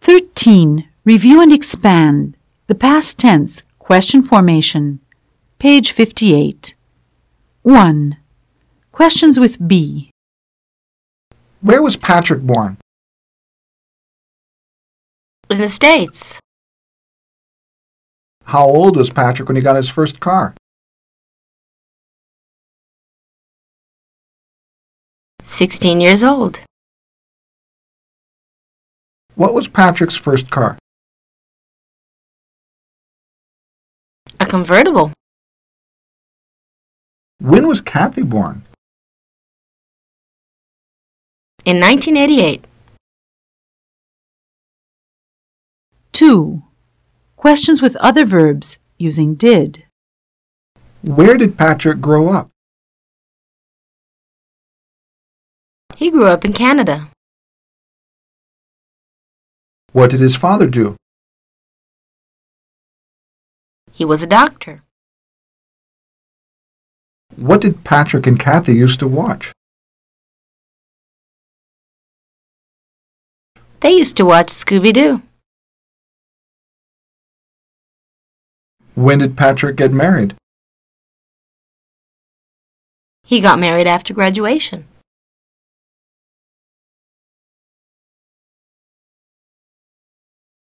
13. Review and expand the past tense question formation. Page 58. 1. Questions with B. Where was Patrick born? In the States. How old was Patrick when he got his first car? Sixteen years old. What was Patrick's first car? A convertible. When was Kathy born? In 1988. 2. Questions with other verbs using did. Where did Patrick grow up? He grew up in Canada. What did his father do? He was a doctor. What did Patrick and Kathy used to watch? They used to watch Scooby Doo. When did Patrick get married? He got married after graduation.